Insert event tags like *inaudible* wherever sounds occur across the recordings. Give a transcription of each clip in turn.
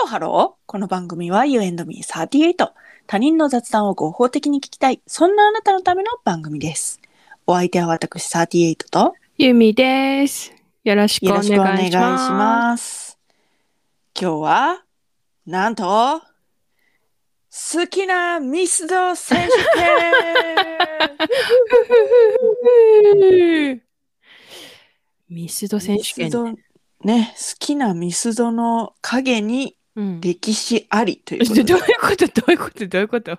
ロハロー。この番組は You and me38。他人の雑談を合法的に聞きたい。そんなあなたのための番組です。お相手は私38とゆみです。よろしくよお願ろいしくしお願います。します。今日は、なんと、好きなミスド選手権ミスド選手権ミス。ドね、好きなミスドの影にうん、ど歴史ありといううこいと *laughs* うで。ことどういうことどういうこと、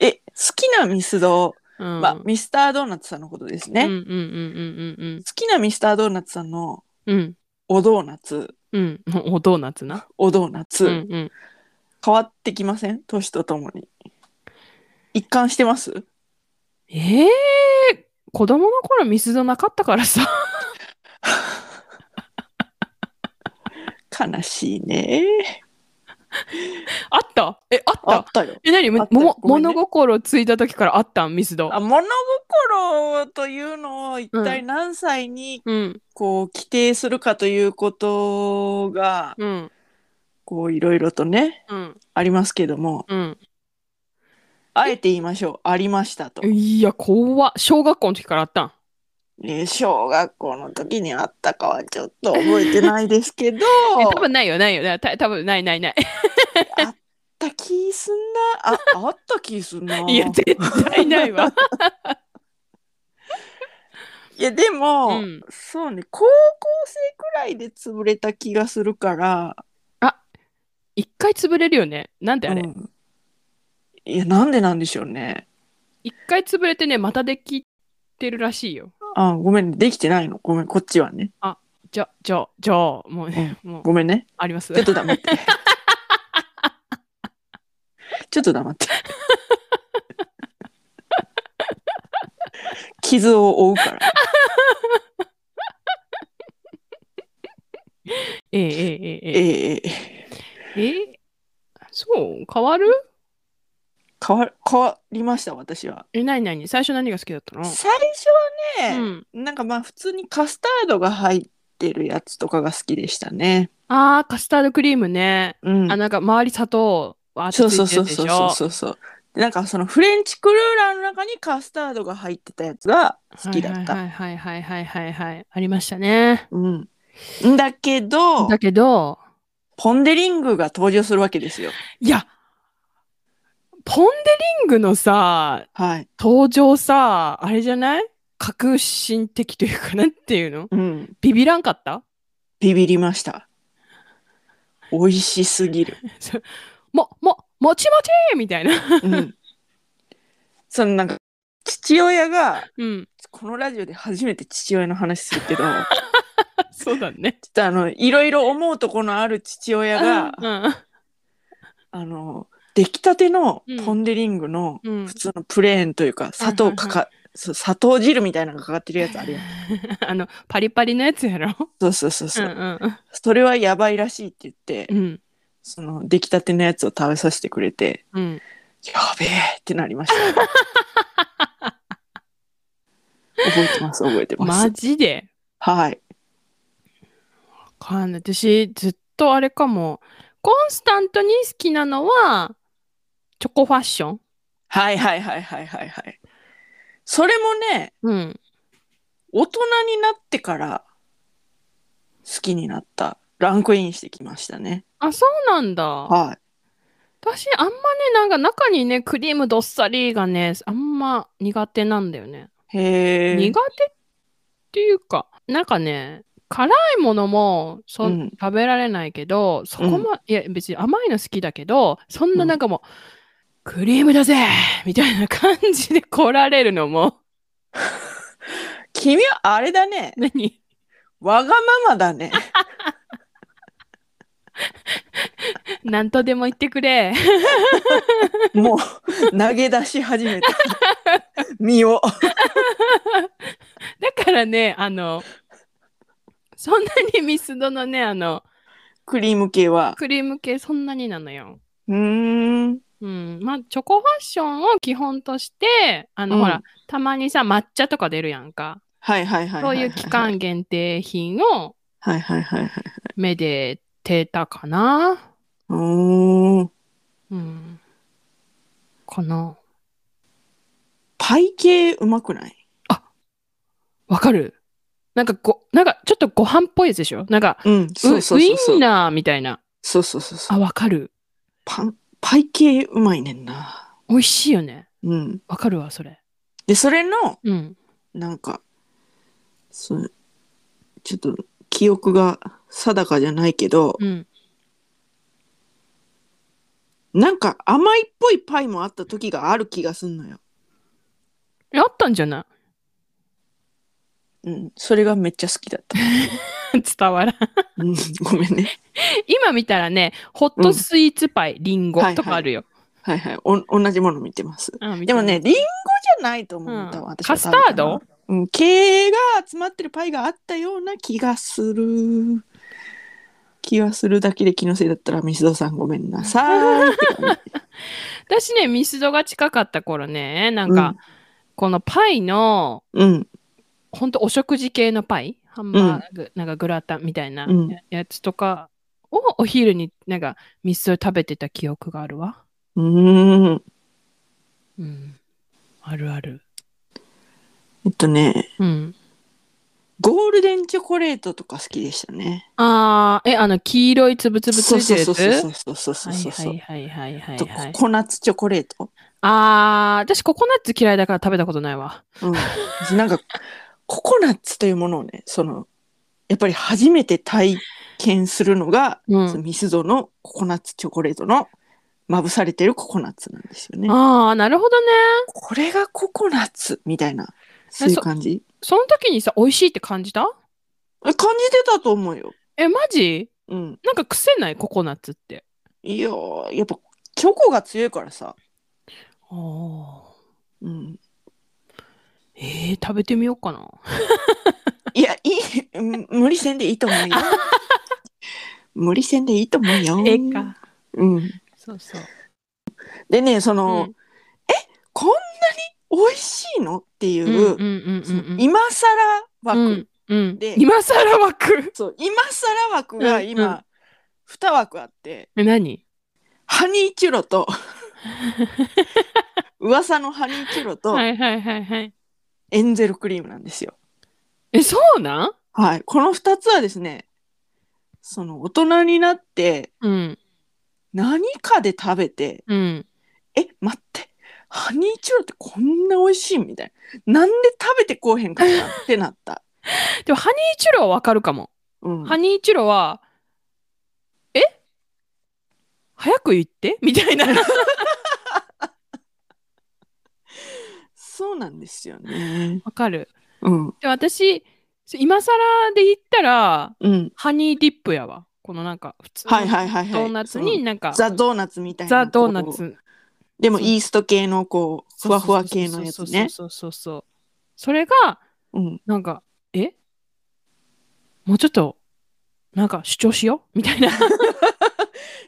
え、好きなミスド、うん、まあ、ミスタードーナツさんのことですね。うんうんうんうん好きなミスタードーナツさんのうんうんおドーナツ、うんうんおドーナツな。おドーナツ、うんうん。変わってきません年とともに。一貫してますええー、子供の頃ミスドなかったからさ。 *laughs* 悲しいね。あったえあっあったたよ。え何あもったもごめんね物心ついた時からあったんミスドあ。物心というのを一体何歳にうんこう規定するかということがうんこういろいろとねうんありますけどもうん。あえて言いましょうありましたと、いや、怖っ。小学校の時からあったん。ね小学校の時にあったかはちょっと覚えてないですけど *laughs* え多分ないよ、ないよ。なた多分ないないない。あった気すんなああった気すんないや、絶対ないわ。 *laughs* いやでも、うんそうね高校生くらいで潰れた気がするから一回潰れるよね。なんであれ。うんいやなんでなんでしょうね一回潰れてね、またできてるらしいよ。あごめんできてないのごめんこっちはねじゃ、じゃ、じゃ、もうね、もう、ごめんねありますちょ。っと *laughs* 黙ってちょっと黙って *laughs* 傷を負うからええええええええええそう変わる変わ変わりました私はえ、なになに最初何が好きだったの最初はうね、ん。なんかまあ普通にカスタードが入ってるやつとかが好きでしたね。あー、カスタードクリームね。うんあ、、なんか周り砂糖、わーってそうつそういてそるうでしそょ。うそうそうでなんかそのフレンチクルーラーの中にカスタードが入ってたやつが好きだった。はいはいはいはいはいはいはい。ありましたね。うん、だけどだけど、ポン・デ・リングが登場するわけですよ。いや、ポンデリングのさ、はい。登場さ、あれじゃない革新的というか、なんていうのうん、ビビらんかったビビりました。美味しすぎる。も、も、もちもちみたいな。 *laughs* うん、そのなんか父親がうん。このラジオで初めて父親の話するけど。 *laughs* そうだね。ちょっとあのいろいろ思うとこのある父親がうんあの出来たてのうんポン・デ・リングのうん。普通のプレーンというか砂糖かか、そう砂糖汁みたいなのがかかってるやつあるやん *laughs* あの、パリパリのやつやろそうそうそううそんう、うんそれはやばいらしいって言ってうん。その出来たてのやつを食べさせてくれてうん。やべえってなりました *laughs* 覚えてます覚えてます、マジではいわかんない。私、ずっとあれかも。コンスタントに好きなのは、チョコファッションはいはいはいはいはいはいそれもねうん。大人になってから好きになったランクインしてきましたねあ、そうなんだ。はい私、あんまね、なんか中にね、クリームどっさりがね、あんま苦手なんだよね。へえ苦手っていうか、なんかね、辛いものもそ、うん食べられないけど、そこま、いや、別に甘いの好きだけど、そんななんかもう、クリームだぜ *laughs* みたいな感じで来られるのも、 *laughs* 君はあれだね何わがままだ *laughs* ね何とでも言ってくれ。 *laughs* もう投げ出し始 *laughs* めた身をだからね、あの、そんなにミスドのね、あの、クリーム系はクリーム系そんなになのよ。うーんうん、まあチョコファッションを基本としてあの、うんほらたまにさ抹茶とか出るやんか、はいはいはいはいはいそういう期間限定品をはいはいはいはいめでてたかなうーん。うん。かな。パイ系うまくないわかるなんかご、なんかちょっとご飯っぽいやつでしょなんか、うん、ウそうそうそうそウインう。ナーみたいな。そうそうそうそあ、う。わかる。パン、パイ系うまいねんな。美味しいよね。うん。わかるわ、それ。で、それの、うん。なんか、そう、ちょっと記憶が定かじゃないけど、うん。なんか甘いっぽいパイもあった時がある気がすんのよ。えあったんじゃないうん、それがめっちゃ好きだ *laughs* った。 *laughs* い伝わらん。うん、ごめんね。今見たらね、ホットスイーツパイ、リンゴとかあるよ。はいはい。お同じもの見てます。あ見てでもね、リンゴじゃないと思ううんんだわ、私カがス食タべーたのドうん、毛が詰まってるパイがあったような気がする。気がするだけで気のせいだったら、ミスドさんごめんなさ *laughs* いって感じ。私ね、ミスドが近かった頃ね、なんか、このパイの、うん、ほんとお食事系のパイハンバーグ、なんかグラタンみたいなうんややつとかをお昼になんかミスドで食べてた記憶があるわ。うん。うーん。うん。あるある。えっとね、うん。ゴールデンチョコレートとか好きでしたね。あー、え、あの、黄色いつぶつぶつそういてそうるやつそうそうはそうそうそういそうはいはいはいはいとコはい。コナッツチョコレート。あー、私ココナッツ嫌いだから食べたことないわ。うん。なんか、ココナッツというものをね、その、やっぱり初めて体験するのが、うんそのミスドのココナッツチョコレートの、まぶされてるココナッツなんですよね。あー、なるほどね。これがココナッツみたいな、そういう感じ。その時にさ、美味しいって感じたえ感じてたと思うよ。え、マジうん。なんか癖ないココナッツって。いやー、やっぱ、チョコが強いからさ。あー。うん。えー、食べてみようかな。いや、いい、うん無理せんでいいと思うよ。無理せんでいいと思うよ。ええか。うん。そうそう。でね、その、うんこんなに美味しいのっていう、うんうんそうんのうんうん。今更枠、うんうんで今更枠。そう今更枠が今、うんうん2枠あってえ、何ハニーチュロ *laughs* と噂のハニーチュロとはいはいはいはい。エンゼルクリームなんですよ。え、そうなんはい、この2つはですねその大人になってうん。何かで食べてうん。え待ってハニーチュロってこんな美味しいみたいななんで食べてこうへんかった *laughs* ってなった。でも、ハニーチュロはわかるかも。うんハニーチュロは、え早く言って *laughs* みたいな。そうなんですよね。わかる。うん。で、私、今更で言ったら、うん。ハニーディップやわ。このなんか、普通のはいはいはいはい。ドーナツそにのなんか、ザ・ドーナツみたいな。ザ・ドーナ。ツ。でもイースト系のこう、ふわふわ系のやつね。そうそうそうそうそう。それが、うん。なんか、えもうちょっと、なんか主張しようみた *laughs* いな。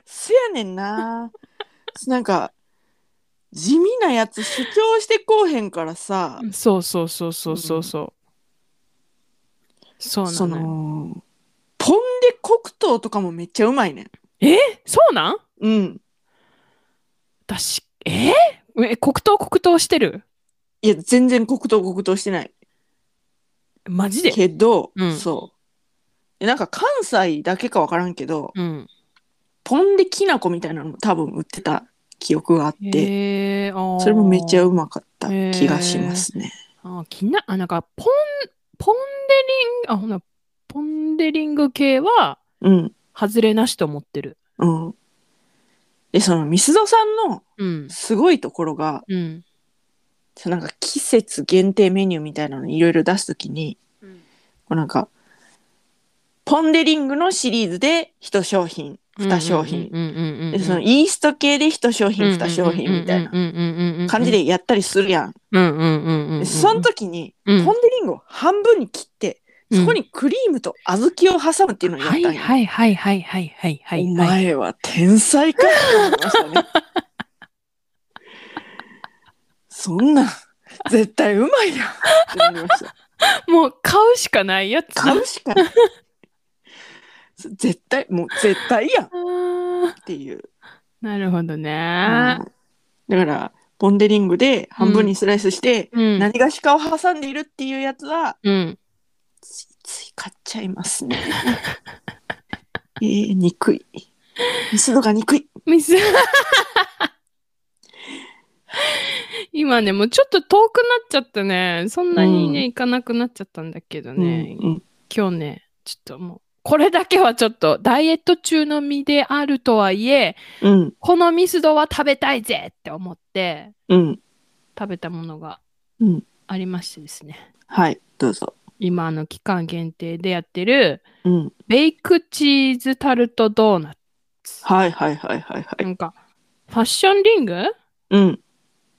せやねん *laughs* な。なんか、地味なやつ主張してこうへんからさ、そうそうそうそうそうそう。そうなそのよ。の、ポンデ黒糖とかもめっちゃうまいねん。そうなんうん。私、ええ黒糖黒糖してるいや、全然黒糖黒糖してない。マジでけど、うんそう。えなんか関西だけかわからんけど、うん。ポンデきな粉みたいなのも多分売ってた記憶があって、へえー、それもめっちゃあーうまかった気がしますね。あー、きな、あ、なんか、ポン、ポンデリング、あ、ほな、ポンデリング系は、うん、外れなしと思ってる。うん。で、そのミスドさんのうん。すごいところが、うん。そのなんか季節限定メニューみたいなのいろいろ出すときに、こうなんか、ポンデリングのシリーズで1商品、2商品。うんうんうんうんうんうん。で、そのイースト系で1商品、2商品みたいなな感じ。でやったりするやん。うんうんうんうんうでん。その時に、ポうんンデリングを半分に切って、そこにクリームと小豆を挟むっていうのをやっはたんいや。はいはいはいはいはいはい。お前は天才かって思いましたね。そんなん絶対うまいやんってなりました。もう買うしかないやつ。買うしかない。絶対もう絶対やん。あーっていう。なるほどねは。いだからポン・デリングで半分にスライスして、うん。何がしかを挟んでいるっていうやつはうん。ついつい買っちゃいます *laughs* ね。えー、憎い。ミスドが憎い。ミス。今ね、もうちょっと遠くなっちゃったね。そんなにね、うん行かなくなっちゃったんだけどうんね。うん今日ね、ちょっともう、これだけはちょっと、ダイエット中の身であるとはいえ、うんこのミスドは食べたいぜって思って、うん食べたものがうんありましてですね。はいどうぞ。今、あの、期間限定でやってる、うんベイクチーズタルトドーナツ。はいはいはいはいは。ないんか、ファッションリングうん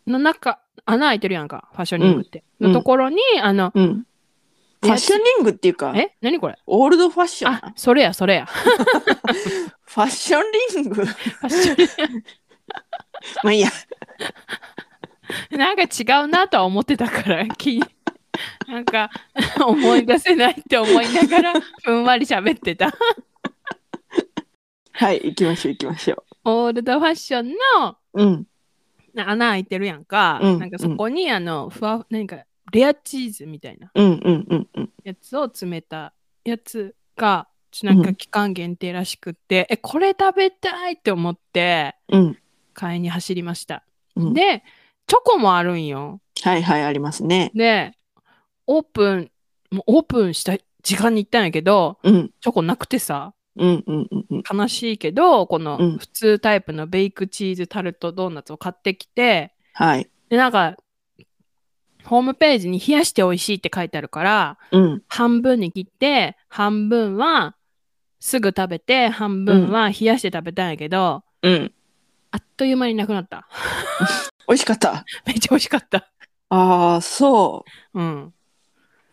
の中、穴開いてるやんか、ファッションリングって。うんのところに、あの、うん。ファッションリングっていうかえ何これオールドファッションあ、それや、それや。ファッションリング *laughs* ファッショまあいいや。ン *laughs* なんか違うなとは思ってたから、 *laughs* きなんか、 *laughs* 思い出せないって思いながら、ふんわり喋ってた。はい行きましょう行きましょオールドファッションのう。うんな穴開いてるやんか、うんなんかそこに、あの、ふわ、何か、レアチーズみたいなうんうんうんうん。やつを詰めたやつが、ちょなんか期間限定らしくって、え、これ食べたいって思って、うん買いに走りました。うんで、チョコもあるんよ。はいはいありますね。で、オープン、もうオープンした時間に行ったんやけど、うんチョコなくてさ、うんうんうんうん悲しいけど、このうん普通タイプのベイクチーズタルトドーナツを買ってきて、はい。で、なんか、ホームページに冷やして美味しいって書いてあるから、うん半分に切って、半分はすぐ食べて、半分は冷やして食べたんやけど、うんあっという間になくなった。 *laughs* 美味しかった。めっちゃ美味しかった。ああそう。うん。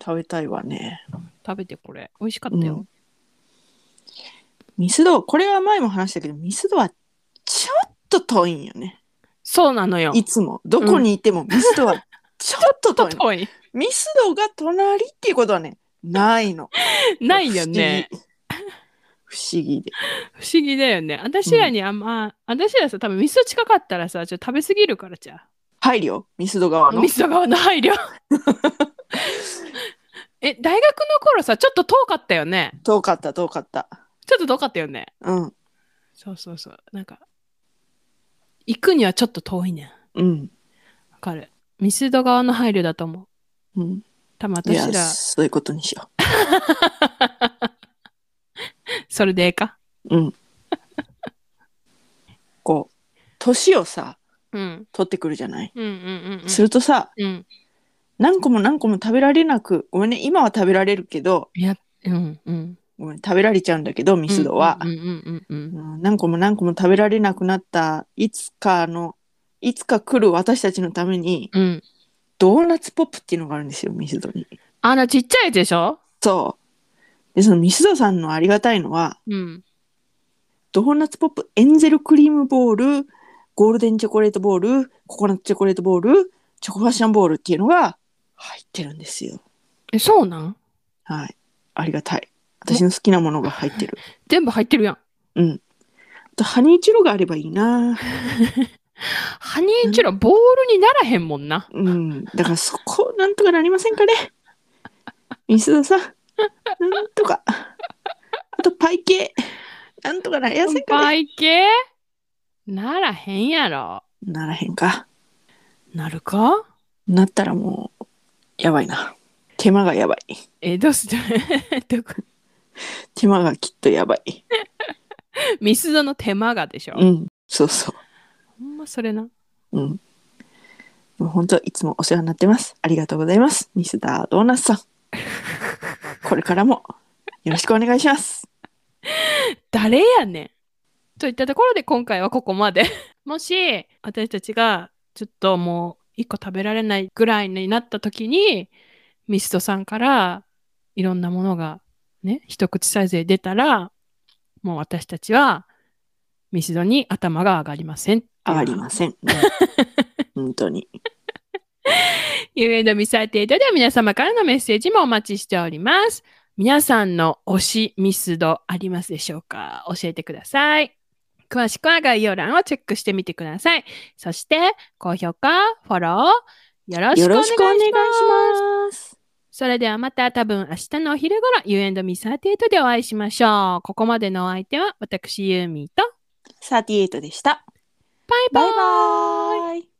食べたいわね。食べてこれ美味しかったよ、ミスド、これは前も話したけど、ミスドはちょっと遠いんよね。そうなのよいつも。どこにいてもミスドはちょっと *laughs* ちょ遠っいとの。遠いミスドが隣っていうことはね、ないの。 *laughs* ないよね不思議。不思議で。不思議だよね私らにあんま、私らさ多分ミスド近かったらさちょっと食べ過ぎるからじゃ配慮ミスド側あのミ。スド側の配 *laughs* 慮え大学の頃さちょっと遠かったよね遠かった、遠かった。ちょっと遠かったよねうん。そうそうそうなんか行くにはちょっと遠いねうん。わかるミスド側の配慮だと思ううん、多分いや私らそういうことにしよそれでええかう。うん。こう年をさうん取ってくるじゃない。うんうんうんするとさうん何個も何個も食べられなくごめんね今は食べられるけどうんうんごめん食べられちゃうんだけどミスドは、うんうんうんうんうん何個も何個も食べられなくなったいつかのいつか来る私たちのためにうん。うん。ドーナツポップっていうのがあるんですよミスドに。あのちっちゃいやつでしょそう。でそのミスドさんのありがたいのはうん。ドーナツポップエンゼルクリームボールゴールデンチョコレートボールココナッツチョコレートボールチョコファッションボールっていうのが入ってるんですよ。え、そうなんはい。ありがたい。私の好きなものが入ってる。全部入ってるやん。うん。あと、ハニーチュロがあればいいな。ハニーチュロ、ボールにならへんもんな。うん。だからそこ、なんとかなりませんかね。ミスドさん、なんとか。あと、パイ系、なんとかなりませんかね。パイ系ならへんやろ。ならへんか。なるかなったらもう、やばいな。手間がやばい。え、どうする *laughs* どこ手間がきっとやばい。ミスドの手間がでしょ。うん。そうそほんまそれな。う。うん。もう本当いつもお世話になってます。ありがとうございます。ミスタードーナツさん。これからもよろしくお願いします。誰やねんといったところで今回はここまで *laughs* もし私たちがちょっともう1個食べられないぐらいになった時にミストさんからいろんなものがね一口サイズで出たらもう私たちはミスドに頭が上がりません上がりません。本当に。ゆえのミサイテイトでは皆様からのメッセージもお待ちしております。皆さんの推しミスドありますでしょうか教えてください。詳しくは概要欄をチェックしてみてください。そして、高評価、フォロー、よろしよくお願ろいししくお願いします。ます。それではまた多分明日のお昼頃、You and Me38 でお会いしましょう。ここまでのお相手は私ユーミーと、 38でした。バイババイイバーイ。